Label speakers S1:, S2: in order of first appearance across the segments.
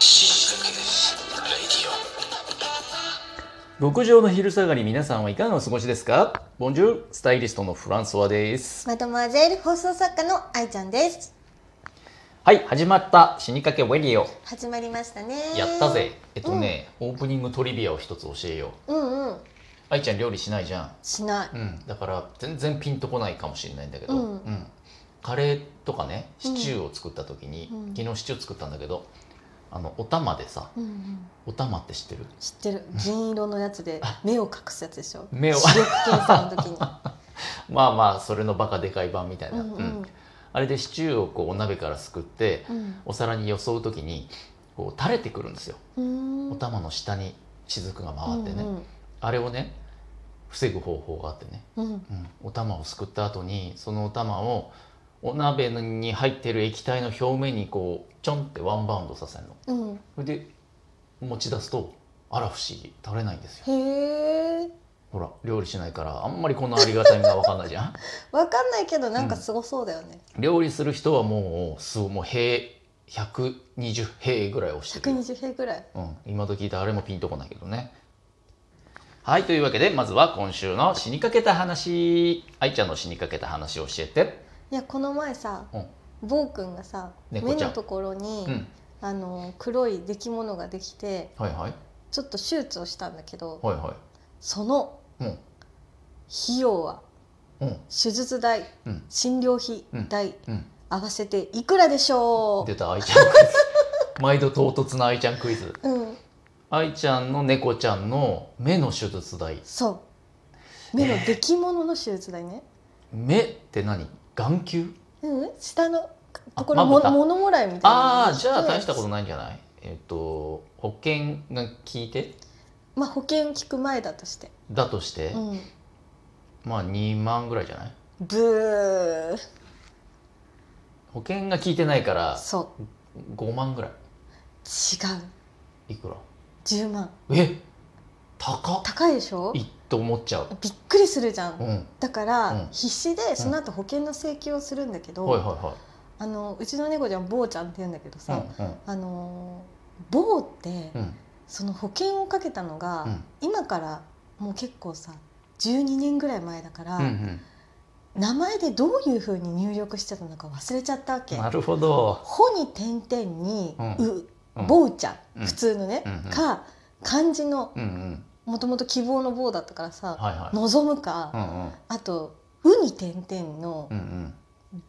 S1: 時だけでレディオ
S2: 極上の昼下がり皆さんはいかがお過ごしですかボンジュールスタイリストのフランソワです
S3: マドマゼル放送作家の愛ちゃんです
S2: はい始まった死にかけウェリオ
S3: 始まりましたね
S2: やったぜえっとね、オープニングトリビアを一つ教えよう
S3: うんうん
S2: 愛ちゃん料理しないじゃ、
S3: しなん
S2: うん、だから全然ピンとこないかもしれないんだけど、
S3: うん
S2: カレーとかねシチューを作った時に、
S3: うん
S2: 昨日シチュー作ったんだけどあのお玉でさ
S3: い、うんうん、
S2: お玉って知ってる
S3: 知ってる銀色のやつで目を隠すやつでしょ
S2: 目を
S3: 視力検査の時に
S2: まあまあそれのバカでかい版みたいな、
S3: うん う
S2: うん
S3: ん
S2: あれでシチューをこうお鍋からすくって
S3: うん
S2: お皿によそう時にこう垂れてくるんですよ
S3: うん
S2: お玉の下に雫が回ってね、
S3: うん
S2: あれをね防ぐ方法があってね、
S3: うんうん
S2: うん、お玉をすくった後にそのお玉をお鍋に入ってる液体の表面にこうちょんってワンバウンドさせるの
S3: うん
S2: それで持ち出すとあら不思議垂れないんですよ
S3: へえ
S2: ほら料理しないからあんまりこのありがたみが分かんないじゃ ん
S3: わかんないけどなんかすごそうだよね、
S2: 料理する人はもうすごいもう平120平ぐらいをしてるよ
S3: 120平ぐらい
S2: うん、今時誰もピンとこないけどね。はい、というわけで、まずは今週の死にかけた話。愛ちゃんの死にかけた話を教えて。
S3: いやこの前さ
S2: うん、
S3: 坊くんがさ目
S2: 猫ちゃん
S3: のところに、
S2: うん、
S3: あの黒い出来物ができて
S2: はいはい、
S3: ちょっと手術をしたんだけど
S2: はいは
S3: その
S2: い。うん、
S3: 費用は
S2: うん、
S3: 手術代、
S2: うん
S3: 診療費代、
S2: うん。
S3: 合わせていくらでしょ
S2: 出た愛ちゃんクイズ。 毎度唐突な愛ちゃんクイズ。
S3: ううん
S2: 愛ちゃんの猫ちゃんの目の手術代。
S3: そう目の出来物の手術代ね、
S2: 目って何眼球
S3: うん下のとこ
S2: あ
S3: ろ
S2: まぶ
S3: も
S2: た
S3: 物もらいみたいな
S2: ああ、じゃあ大したこと
S3: な
S2: ない
S3: い
S2: んじゃないえっ、と、保険が聞いて
S3: まあ保険聞く前だとして
S2: だとして、
S3: うん
S2: まあ2万ぐらいじゃない
S3: ブー
S2: 保険が効いてないから
S3: そう
S2: 5万ぐら
S3: 違う
S2: いいくら
S3: 10万
S2: え高っ
S3: 高いでしょ
S2: いっと思っちゃう
S3: びっくりするじゃ
S2: うん
S3: ん
S2: はいはい
S3: だから、
S2: うん
S3: 必死でその後保険の請求をするんだけど、
S2: は
S3: あのうちの猫ちゃん坊ちゃんって言うんだけど
S2: い
S3: さ、
S2: うんうん
S3: あのー某って、
S2: うん
S3: その保険をかけたのが、
S2: うん
S3: 今からもう結構さ12年ぐらい前だから、
S2: うん
S3: 名前でどういうふうに入力してたのか忘れちゃったわ
S2: う
S3: け
S2: ん。なるほど
S3: ほに点々に
S2: うん
S3: う、
S2: うん
S3: ぼうちゃん、
S2: うん
S3: 普通のね、
S2: うんうん
S3: か漢字の
S2: うんうん
S3: もともと希望の棒だったからさ、
S2: はいはい
S3: 望むか、
S2: うんうん
S3: あとうに点々の
S2: うん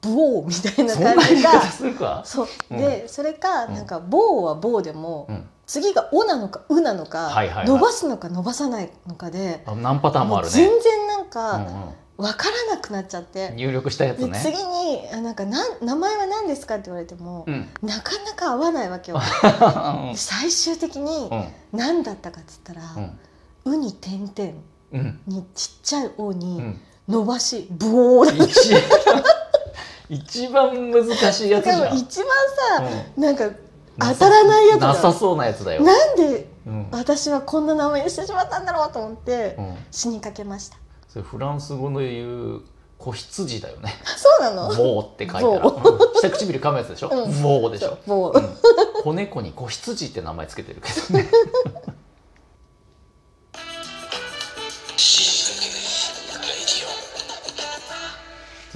S3: ぼうみたい
S2: うん
S3: な
S2: そんな言
S3: 感
S2: い
S3: じ
S2: 方
S3: が。
S2: するか
S3: そう
S2: うん
S3: で、それか、
S2: うん
S3: なんか「棒は「棒でも、
S2: うん
S3: 次が「お」なのか「う」なのか、
S2: はいはいはい
S3: 伸ばすのか伸ばさないのかで、
S2: あ何パターンもあるね
S3: 全然なん
S2: う
S3: か
S2: ん
S3: 分からなくなっちゃって、
S2: うん入力したやつ
S3: で
S2: ね
S3: 次にあなんかなん「名前は何ですか?」って言われても、
S2: うん
S3: なかなか合わないわけよ。
S2: うん
S3: で最終的に何だったかっつったら「
S2: うん
S3: う」に点々
S2: うん
S3: にちっちゃい「お」
S2: う
S3: に
S2: ん
S3: 伸ばし「ぶおー」だっ
S2: 一番一番難しいやつじ
S3: たで
S2: ゃ
S3: も
S2: ん
S3: 一番さ、
S2: う
S3: なんか
S2: んなさ
S3: 当たらないやつだ
S2: な
S3: よ
S2: さそうなやつだよ
S3: なんで
S2: うん
S3: 私はこんな名前にしてしまったんだろうと思って
S2: うん
S3: 死にかけました。
S2: それフランス語の言う子羊だよね
S3: そう
S2: 「
S3: なの。
S2: ボー」って書いてある
S3: ボ
S2: うん下唇噛むやつでしょ「
S3: うん
S2: ボー」でしょ、
S3: も
S2: う
S3: う、
S2: ん、子猫に子羊って名前つけてるけ どね
S1: 死にかけレディオ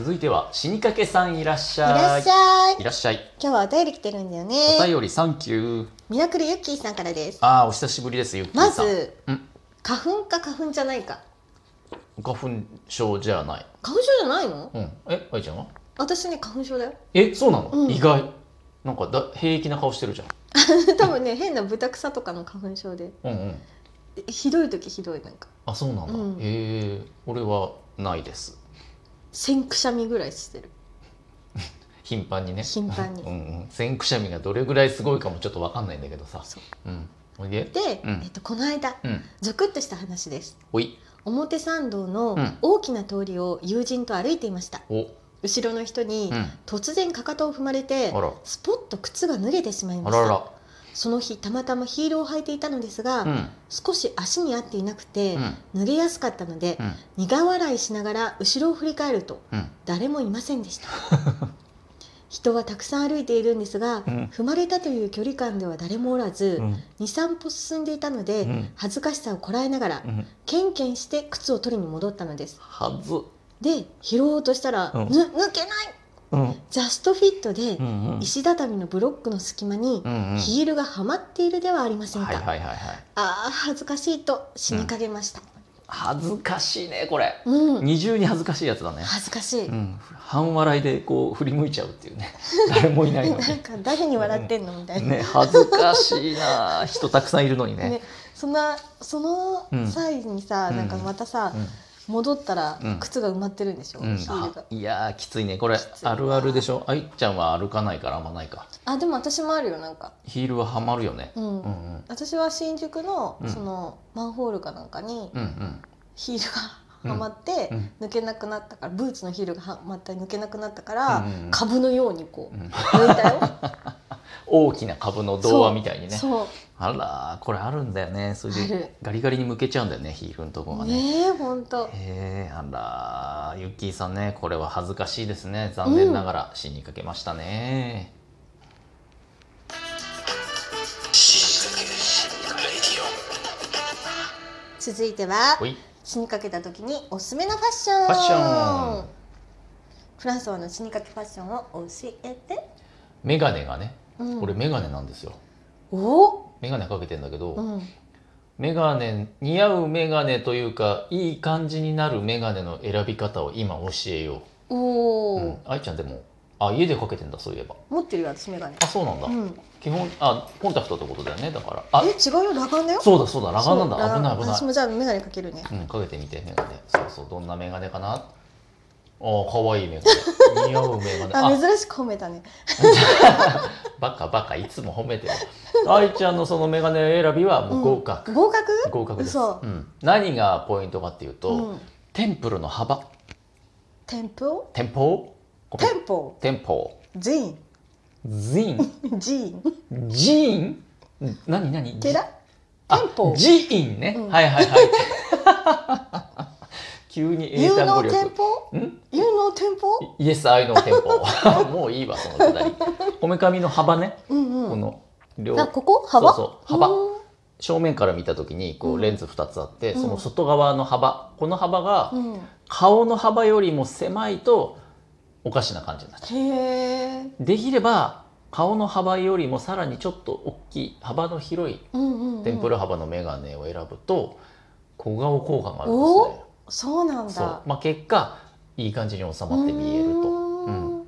S2: 続いては死にかけさんいらっし
S3: いら
S2: ゃ
S3: っ
S2: い
S3: しゃい。
S2: いらっしゃい
S3: 今日はお便り来てるんだよ
S2: お
S3: ね。
S2: 便りサンキュー
S3: ミラクルユッキーさんからです。
S2: ああお久しぶりですゆっきー
S3: ま
S2: さん
S3: ず
S2: うん、
S3: 花粉か花粉じゃないか。
S2: 花粉症じゃない、
S3: 花粉症じゃないの。
S2: うん、え愛ちゃんは
S3: 私ね、花粉症だよ。
S2: えそうなの、
S3: うん
S2: 意外なんかだ平気な顔してるじゃん
S3: 多分ね、変な豚草とかの花粉症で、
S2: うんうん
S3: えひどい時ひどいなんか。
S2: あそうなんだ、
S3: うん
S2: えー俺はないです
S3: 先くしゃみぐらいしてる。
S2: 頻繁にね
S3: 頻繁に
S2: うんうん、線くしゃみがどれぐらいすごいかもちょっとわかんないんだけどさ
S3: そう
S2: うんおいで
S3: で、
S2: うん
S3: えっと、この間、
S2: うん
S3: ゾクッとした話です。
S2: おい
S3: 表参道
S2: う
S3: の
S2: ん
S3: 大きな通りを友人と歩いていました。
S2: お
S3: 後ろの人に
S2: うん
S3: 突然かかとを踏まれて、
S2: あら
S3: スポッと靴が脱げてしまいま
S2: あ
S3: した
S2: らら
S3: その日たまたまヒールを履いていたのですが、
S2: うん
S3: 少し足に合っていなくて
S2: うん、
S3: 脱げやすかったので
S2: う、ん
S3: 苦笑いしながら後ろを振り返ると
S2: うん
S3: 誰もいませんでした人はたくさん歩いているんですが、
S2: うん
S3: 踏まれたという距離感では誰もおらず、
S2: うん
S3: 23歩進んでいたので、
S2: うん
S3: 恥ずかしさをこらえながら、
S2: うん
S3: ケンケンして靴を取りに戻ったのです
S2: はず、
S3: で拾おうとしたら、
S2: うん
S3: ぬ抜けない
S2: うん、
S3: ジャストフィットで、
S2: うんうん
S3: 石畳のブロックの隙間に、
S2: うんうん
S3: ヒールがはまっているではありません
S2: は
S3: か、
S2: いはいはいはい
S3: ああ恥ずかしいと死にかけました、
S2: 恥ずかしいねこれ
S3: うん
S2: 二重に恥ずかしいやつだね、
S3: 恥ずかしい、
S2: うん、半笑いでこう振り向いちゃうっていうね誰もいないの
S3: なん
S2: に
S3: か誰に笑ってんのみたいな、
S2: ね恥ずかしいな人たくさんいるのにね
S3: ね、そんなそ
S2: うん
S3: の際にさ、
S2: うん
S3: なんかまたさ、
S2: うん
S3: 戻ったら
S2: うん
S3: 靴が埋まってるんでしょ、
S2: うん
S3: ヒールが
S2: あいやーきついねこれ
S3: ついわ
S2: あるあるでしょあいちゃんは歩かないからあんまないか
S3: あでも私もあるよなんか
S2: ヒールははまるよね
S3: うん、
S2: うんうん
S3: 私は新宿の
S2: うん
S3: そのマンホールかなんかに
S2: うんうん
S3: ヒールがはまって
S2: うん
S3: 抜けなくなったから、ブーツのヒールがはまって抜けなくなったから、
S2: うんうんうん
S3: 株のようにこう
S2: うん
S3: 抜いたよ、
S2: 大きな株の童話みたいに ね
S3: そ
S2: あらーこれあるんだよねそれ
S3: あ
S2: で
S3: る
S2: ガリガリに向けちゃうんだよねヒールのとこ
S3: う
S2: がね
S3: ねえほんと
S2: へえあらーユッキーさんねこれは恥ずかしいですね残念ながら死にかけましたね、
S1: 死にかけるレディオ
S3: 続いては
S2: ほい
S3: 死にかけた時におすすめのファッション
S2: ファッション
S3: フランソワの死にかけファッションを教えて、
S2: メガネがね
S3: うん
S2: 俺メガネなんですよ
S3: お、
S2: メガネかけてんだけど、
S3: うん、
S2: メガネ似合うメガネというかいい感じになるメガネの選び方を今教えよ
S3: お
S2: う、
S3: お、
S2: うん、愛ちゃんでもあ家でかけてんだそういえば
S3: 持ってるよ私メガネ
S2: あそうなんだ、
S3: うん、
S2: 基本あコンタクトってことだよねだからあ
S3: え違うよ裸眼だよ
S2: そうだそうだ裸眼なん
S3: そう
S2: だ危ない危
S3: 私も
S2: な
S3: じゃあメガネかけるね
S2: い、うん、かけてみてメガネそうそうどんなメガネかなあ可愛いメガネ似合うメガネ
S3: あ
S2: あ
S3: 珍しく褒めたね
S2: バカバカいつも褒めてる愛ちゃんのそのメガネ選びはもう合格、
S3: 合格
S2: 合格です、
S3: 嘘
S2: うん、何がポイントかっていうと、
S3: うん
S2: テンプルの幅
S3: 店舗
S2: 店舗ごめん
S3: 店舗
S2: 店舗
S3: ジー
S2: ジーン
S3: ンジーン
S2: ジーン何何
S3: ケラ
S2: あ
S3: 店舗
S2: ジーンね、
S3: うん
S2: はいはいはい 急に英
S3: 有
S2: 単語
S3: 能
S2: 力
S3: 店舗
S2: ん
S3: 有能店舗
S2: イエスアイの店 舗もういいわそのくだりこめかみの幅ね、
S3: うん
S2: こ
S3: うん
S2: の両
S3: あここ
S2: そ
S3: 幅
S2: うそう幅
S3: う
S2: 正面から見た時にこ
S3: う
S2: うんレンズ2つあって、
S3: うん
S2: その外側の幅この幅が
S3: ーんうん
S2: 顔の幅よりも狭いとおかしな感じになっちゃう
S3: へえ
S2: できれば顔の幅よりもさらにちょっと大きい幅の広い
S3: うんうんうん
S2: テンプル幅のメガネを選ぶと小顔効果があるん
S3: お
S2: で
S3: そうなんだ
S2: すね。そう、まあ、結果いい感じに収まって見えると。
S3: うーん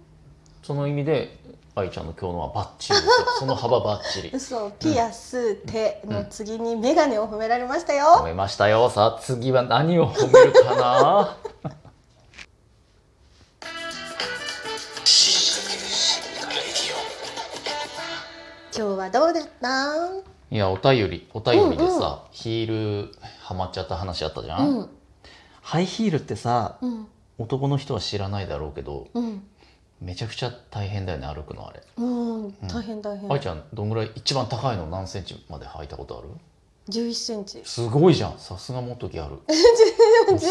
S2: その意味で愛ちゃんの今日のはバッチリ ですよ。その幅バッチリ。
S3: 嘘ピアス手
S2: う
S3: の
S2: ん
S3: 次にメガネを褒められました
S2: 褒
S3: よ、
S2: めましたよ。さあ次は何を褒めるか な。
S1: 死にかけるレディオ
S3: 今日はどうだった
S2: いやお便りお便りでさ、ヒールハマっちゃった話あったじゃん。
S3: うん
S2: ハイヒールってさ
S3: うん
S2: 男の人は知らないだろうけど
S3: うん
S2: めちゃくちゃ大変だよね歩くのあれ。
S3: うん大変大変、
S2: 愛ちゃんどんぐらい一番高いの何センチまで履いたことある
S3: 11センチ
S2: すごいじゃんさすが元ギャル、う
S3: 11セ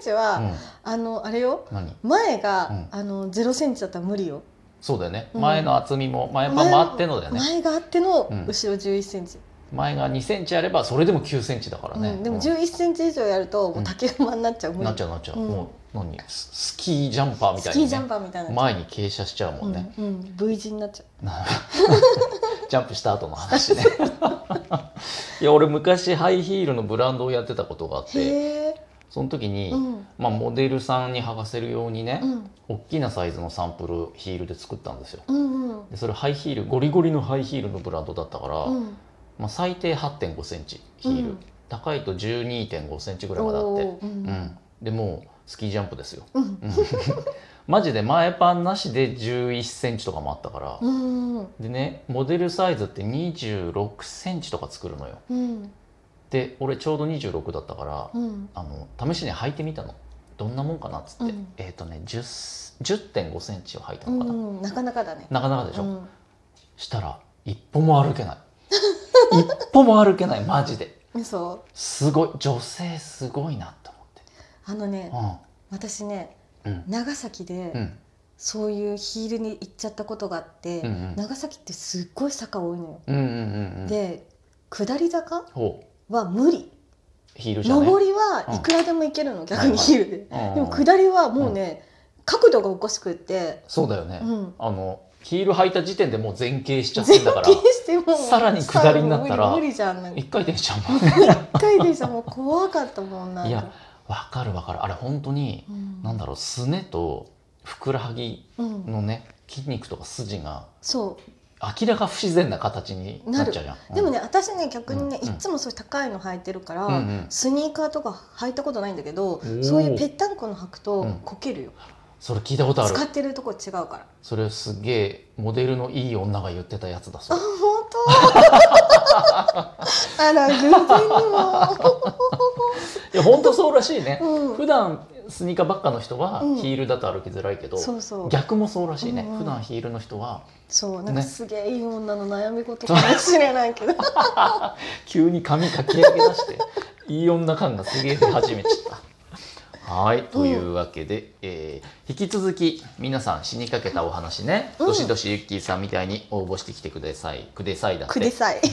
S3: ンチは、
S2: ん、
S3: あのあれよ
S2: 何
S3: 前が、
S2: うん
S3: あの0センチだったら無理よ
S2: そうだよね、
S3: うん
S2: 前の厚みも前パンもあってのだよね
S3: 前があっての後
S2: うん
S3: ろ11センチ、
S2: 前が2センチあればそれでも9センチだから
S3: うん
S2: ね、
S3: でも
S2: うん
S3: 11センチ以上やるともう竹馬になっちゃう無理
S2: なっちゃうなっちゃう、
S3: うん
S2: もう何ススキージャンパーみた
S3: ス
S2: い
S3: キ
S2: に、
S3: ー
S2: ね、
S3: ジャンパーみたいな
S2: 前に傾斜しちゃうもんね、
S3: うん、うん、V 字になっちゃう
S2: ジャンプした後の話 ね いや俺昔ハイヒールのブランドをやってたことがあって
S3: へえ
S2: その時に、
S3: うん
S2: まあ、モデルさんに履かせるようにね、
S3: うん
S2: 大きなサイズのサンプルヒールで作ったんですよ
S3: うんうん
S2: でそれハイヒールゴリゴリのハイヒールのブランドだったから、
S3: うん
S2: まあ、最低8 5センチヒール、
S3: うん
S2: 高いと1 2 5センチぐらいまであって、
S3: おーうん
S2: うん、でもうスキージャンプですよ
S3: うん
S2: マジで前パンなしで1 1センチとかもあったから、
S3: うん
S2: でねモデルサイズって2 6センチとか作るのよ
S3: うん
S2: で俺ちょうど26だったから、
S3: うん
S2: あの試しに履いてみたのどんなもんかなっつって、
S3: うん
S2: えっ、とね1 0 5センチを履いた
S3: う
S2: のかな、
S3: んなかなかだね
S2: なかなかでしょ、
S3: うん
S2: したら一歩も歩けない 一歩も歩けないマジで
S3: 嘘
S2: すごい女性すごいなと
S3: あのね
S2: 思って
S3: 私ね
S2: うん
S3: 長崎で
S2: うんうん
S3: そういうヒールに行っちゃったことがあっ
S2: う
S3: て、
S2: んうん
S3: 長崎ってすっごい坂多いのよ、
S2: うんうんうんうん
S3: で下り坂
S2: ほう
S3: は無理
S2: ヒールじゃね
S3: 上りはいくらでも行けるの、逆にヒールで、
S2: うん
S3: でも下りはもうね、角度がおかしくって
S2: そうだよね、
S3: うん
S2: あのヒール履いた時点でもう前傾しちゃって
S3: 前
S2: んだか
S3: 傾
S2: ら
S3: しても
S2: さらに下りになったら
S3: もう無理無理じゃんなんか
S2: 一回転しちゃうもんね
S3: 一回でさもう怖かったもんなんか
S2: いやわかるわかるあれ本当に
S3: うん
S2: なんだろうすねとふくらはぎ
S3: うん、
S2: のね筋肉とか筋が
S3: そ
S2: 明らか不自然な形になっちゃうじゃん、
S3: うでもね私ね逆にね、
S2: うん
S3: いつもそういう高いの履いてるから、
S2: うんうん
S3: スニーカーとか履いたことないんだけど
S2: ー
S3: そういうぺったんこの履くと
S2: うん
S3: こけるよ、
S2: それ聞いたことある
S3: 使ってるとこ違うから
S2: それすげえモデルのいい女が言ってたやつだそう
S3: 本当 あら偶然に
S2: いや本当そうらしいね、
S3: も、う
S2: 普
S3: ん、
S2: 段スニーカーばっかの人は
S3: うん
S2: ヒールだ と歩きづらいけど、
S3: そうそう
S2: 逆もそうらしいね、
S3: うんうん
S2: 普段ヒールの人は
S3: そうなんか
S2: ね
S3: すげえいい女の悩み事かもしれな いけど
S2: 急に髪かき上げ出して いい女感がすげえ出始めちゃった。はいというわけで、えー引き続き皆さん死にかけたお話ね、
S3: うん
S2: どしどしゆっきーさんみたいに応募してきてくださいくださいだって
S3: くでさい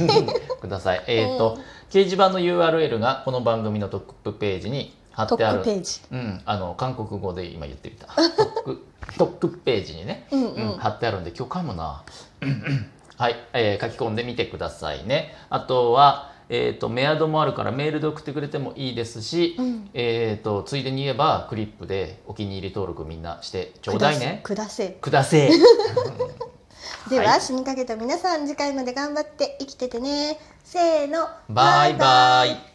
S2: くださいえっ、と、
S3: うん
S2: 掲示板の URL がこの番組のトップページに貼
S3: ト
S2: ってあ
S3: ッ
S2: る
S3: プページ
S2: うん、あの韓国語で今言ってみたトップトップページにね
S3: うんうん、
S2: うん、貼ってあるんで今日かむな はい、えー書き込んでみてくださいねあとは、えー、とメアドもあるからメールで送ってくれてもいいですし、
S3: うん
S2: えー、とついでに言えばクリップでお気に入り登録みんなしてちょうだいね
S3: くだせく
S2: くだせ
S3: だせでは、
S2: はい
S3: 死にかけた皆さん次回まで頑張って生きててねせーの
S2: バイバイ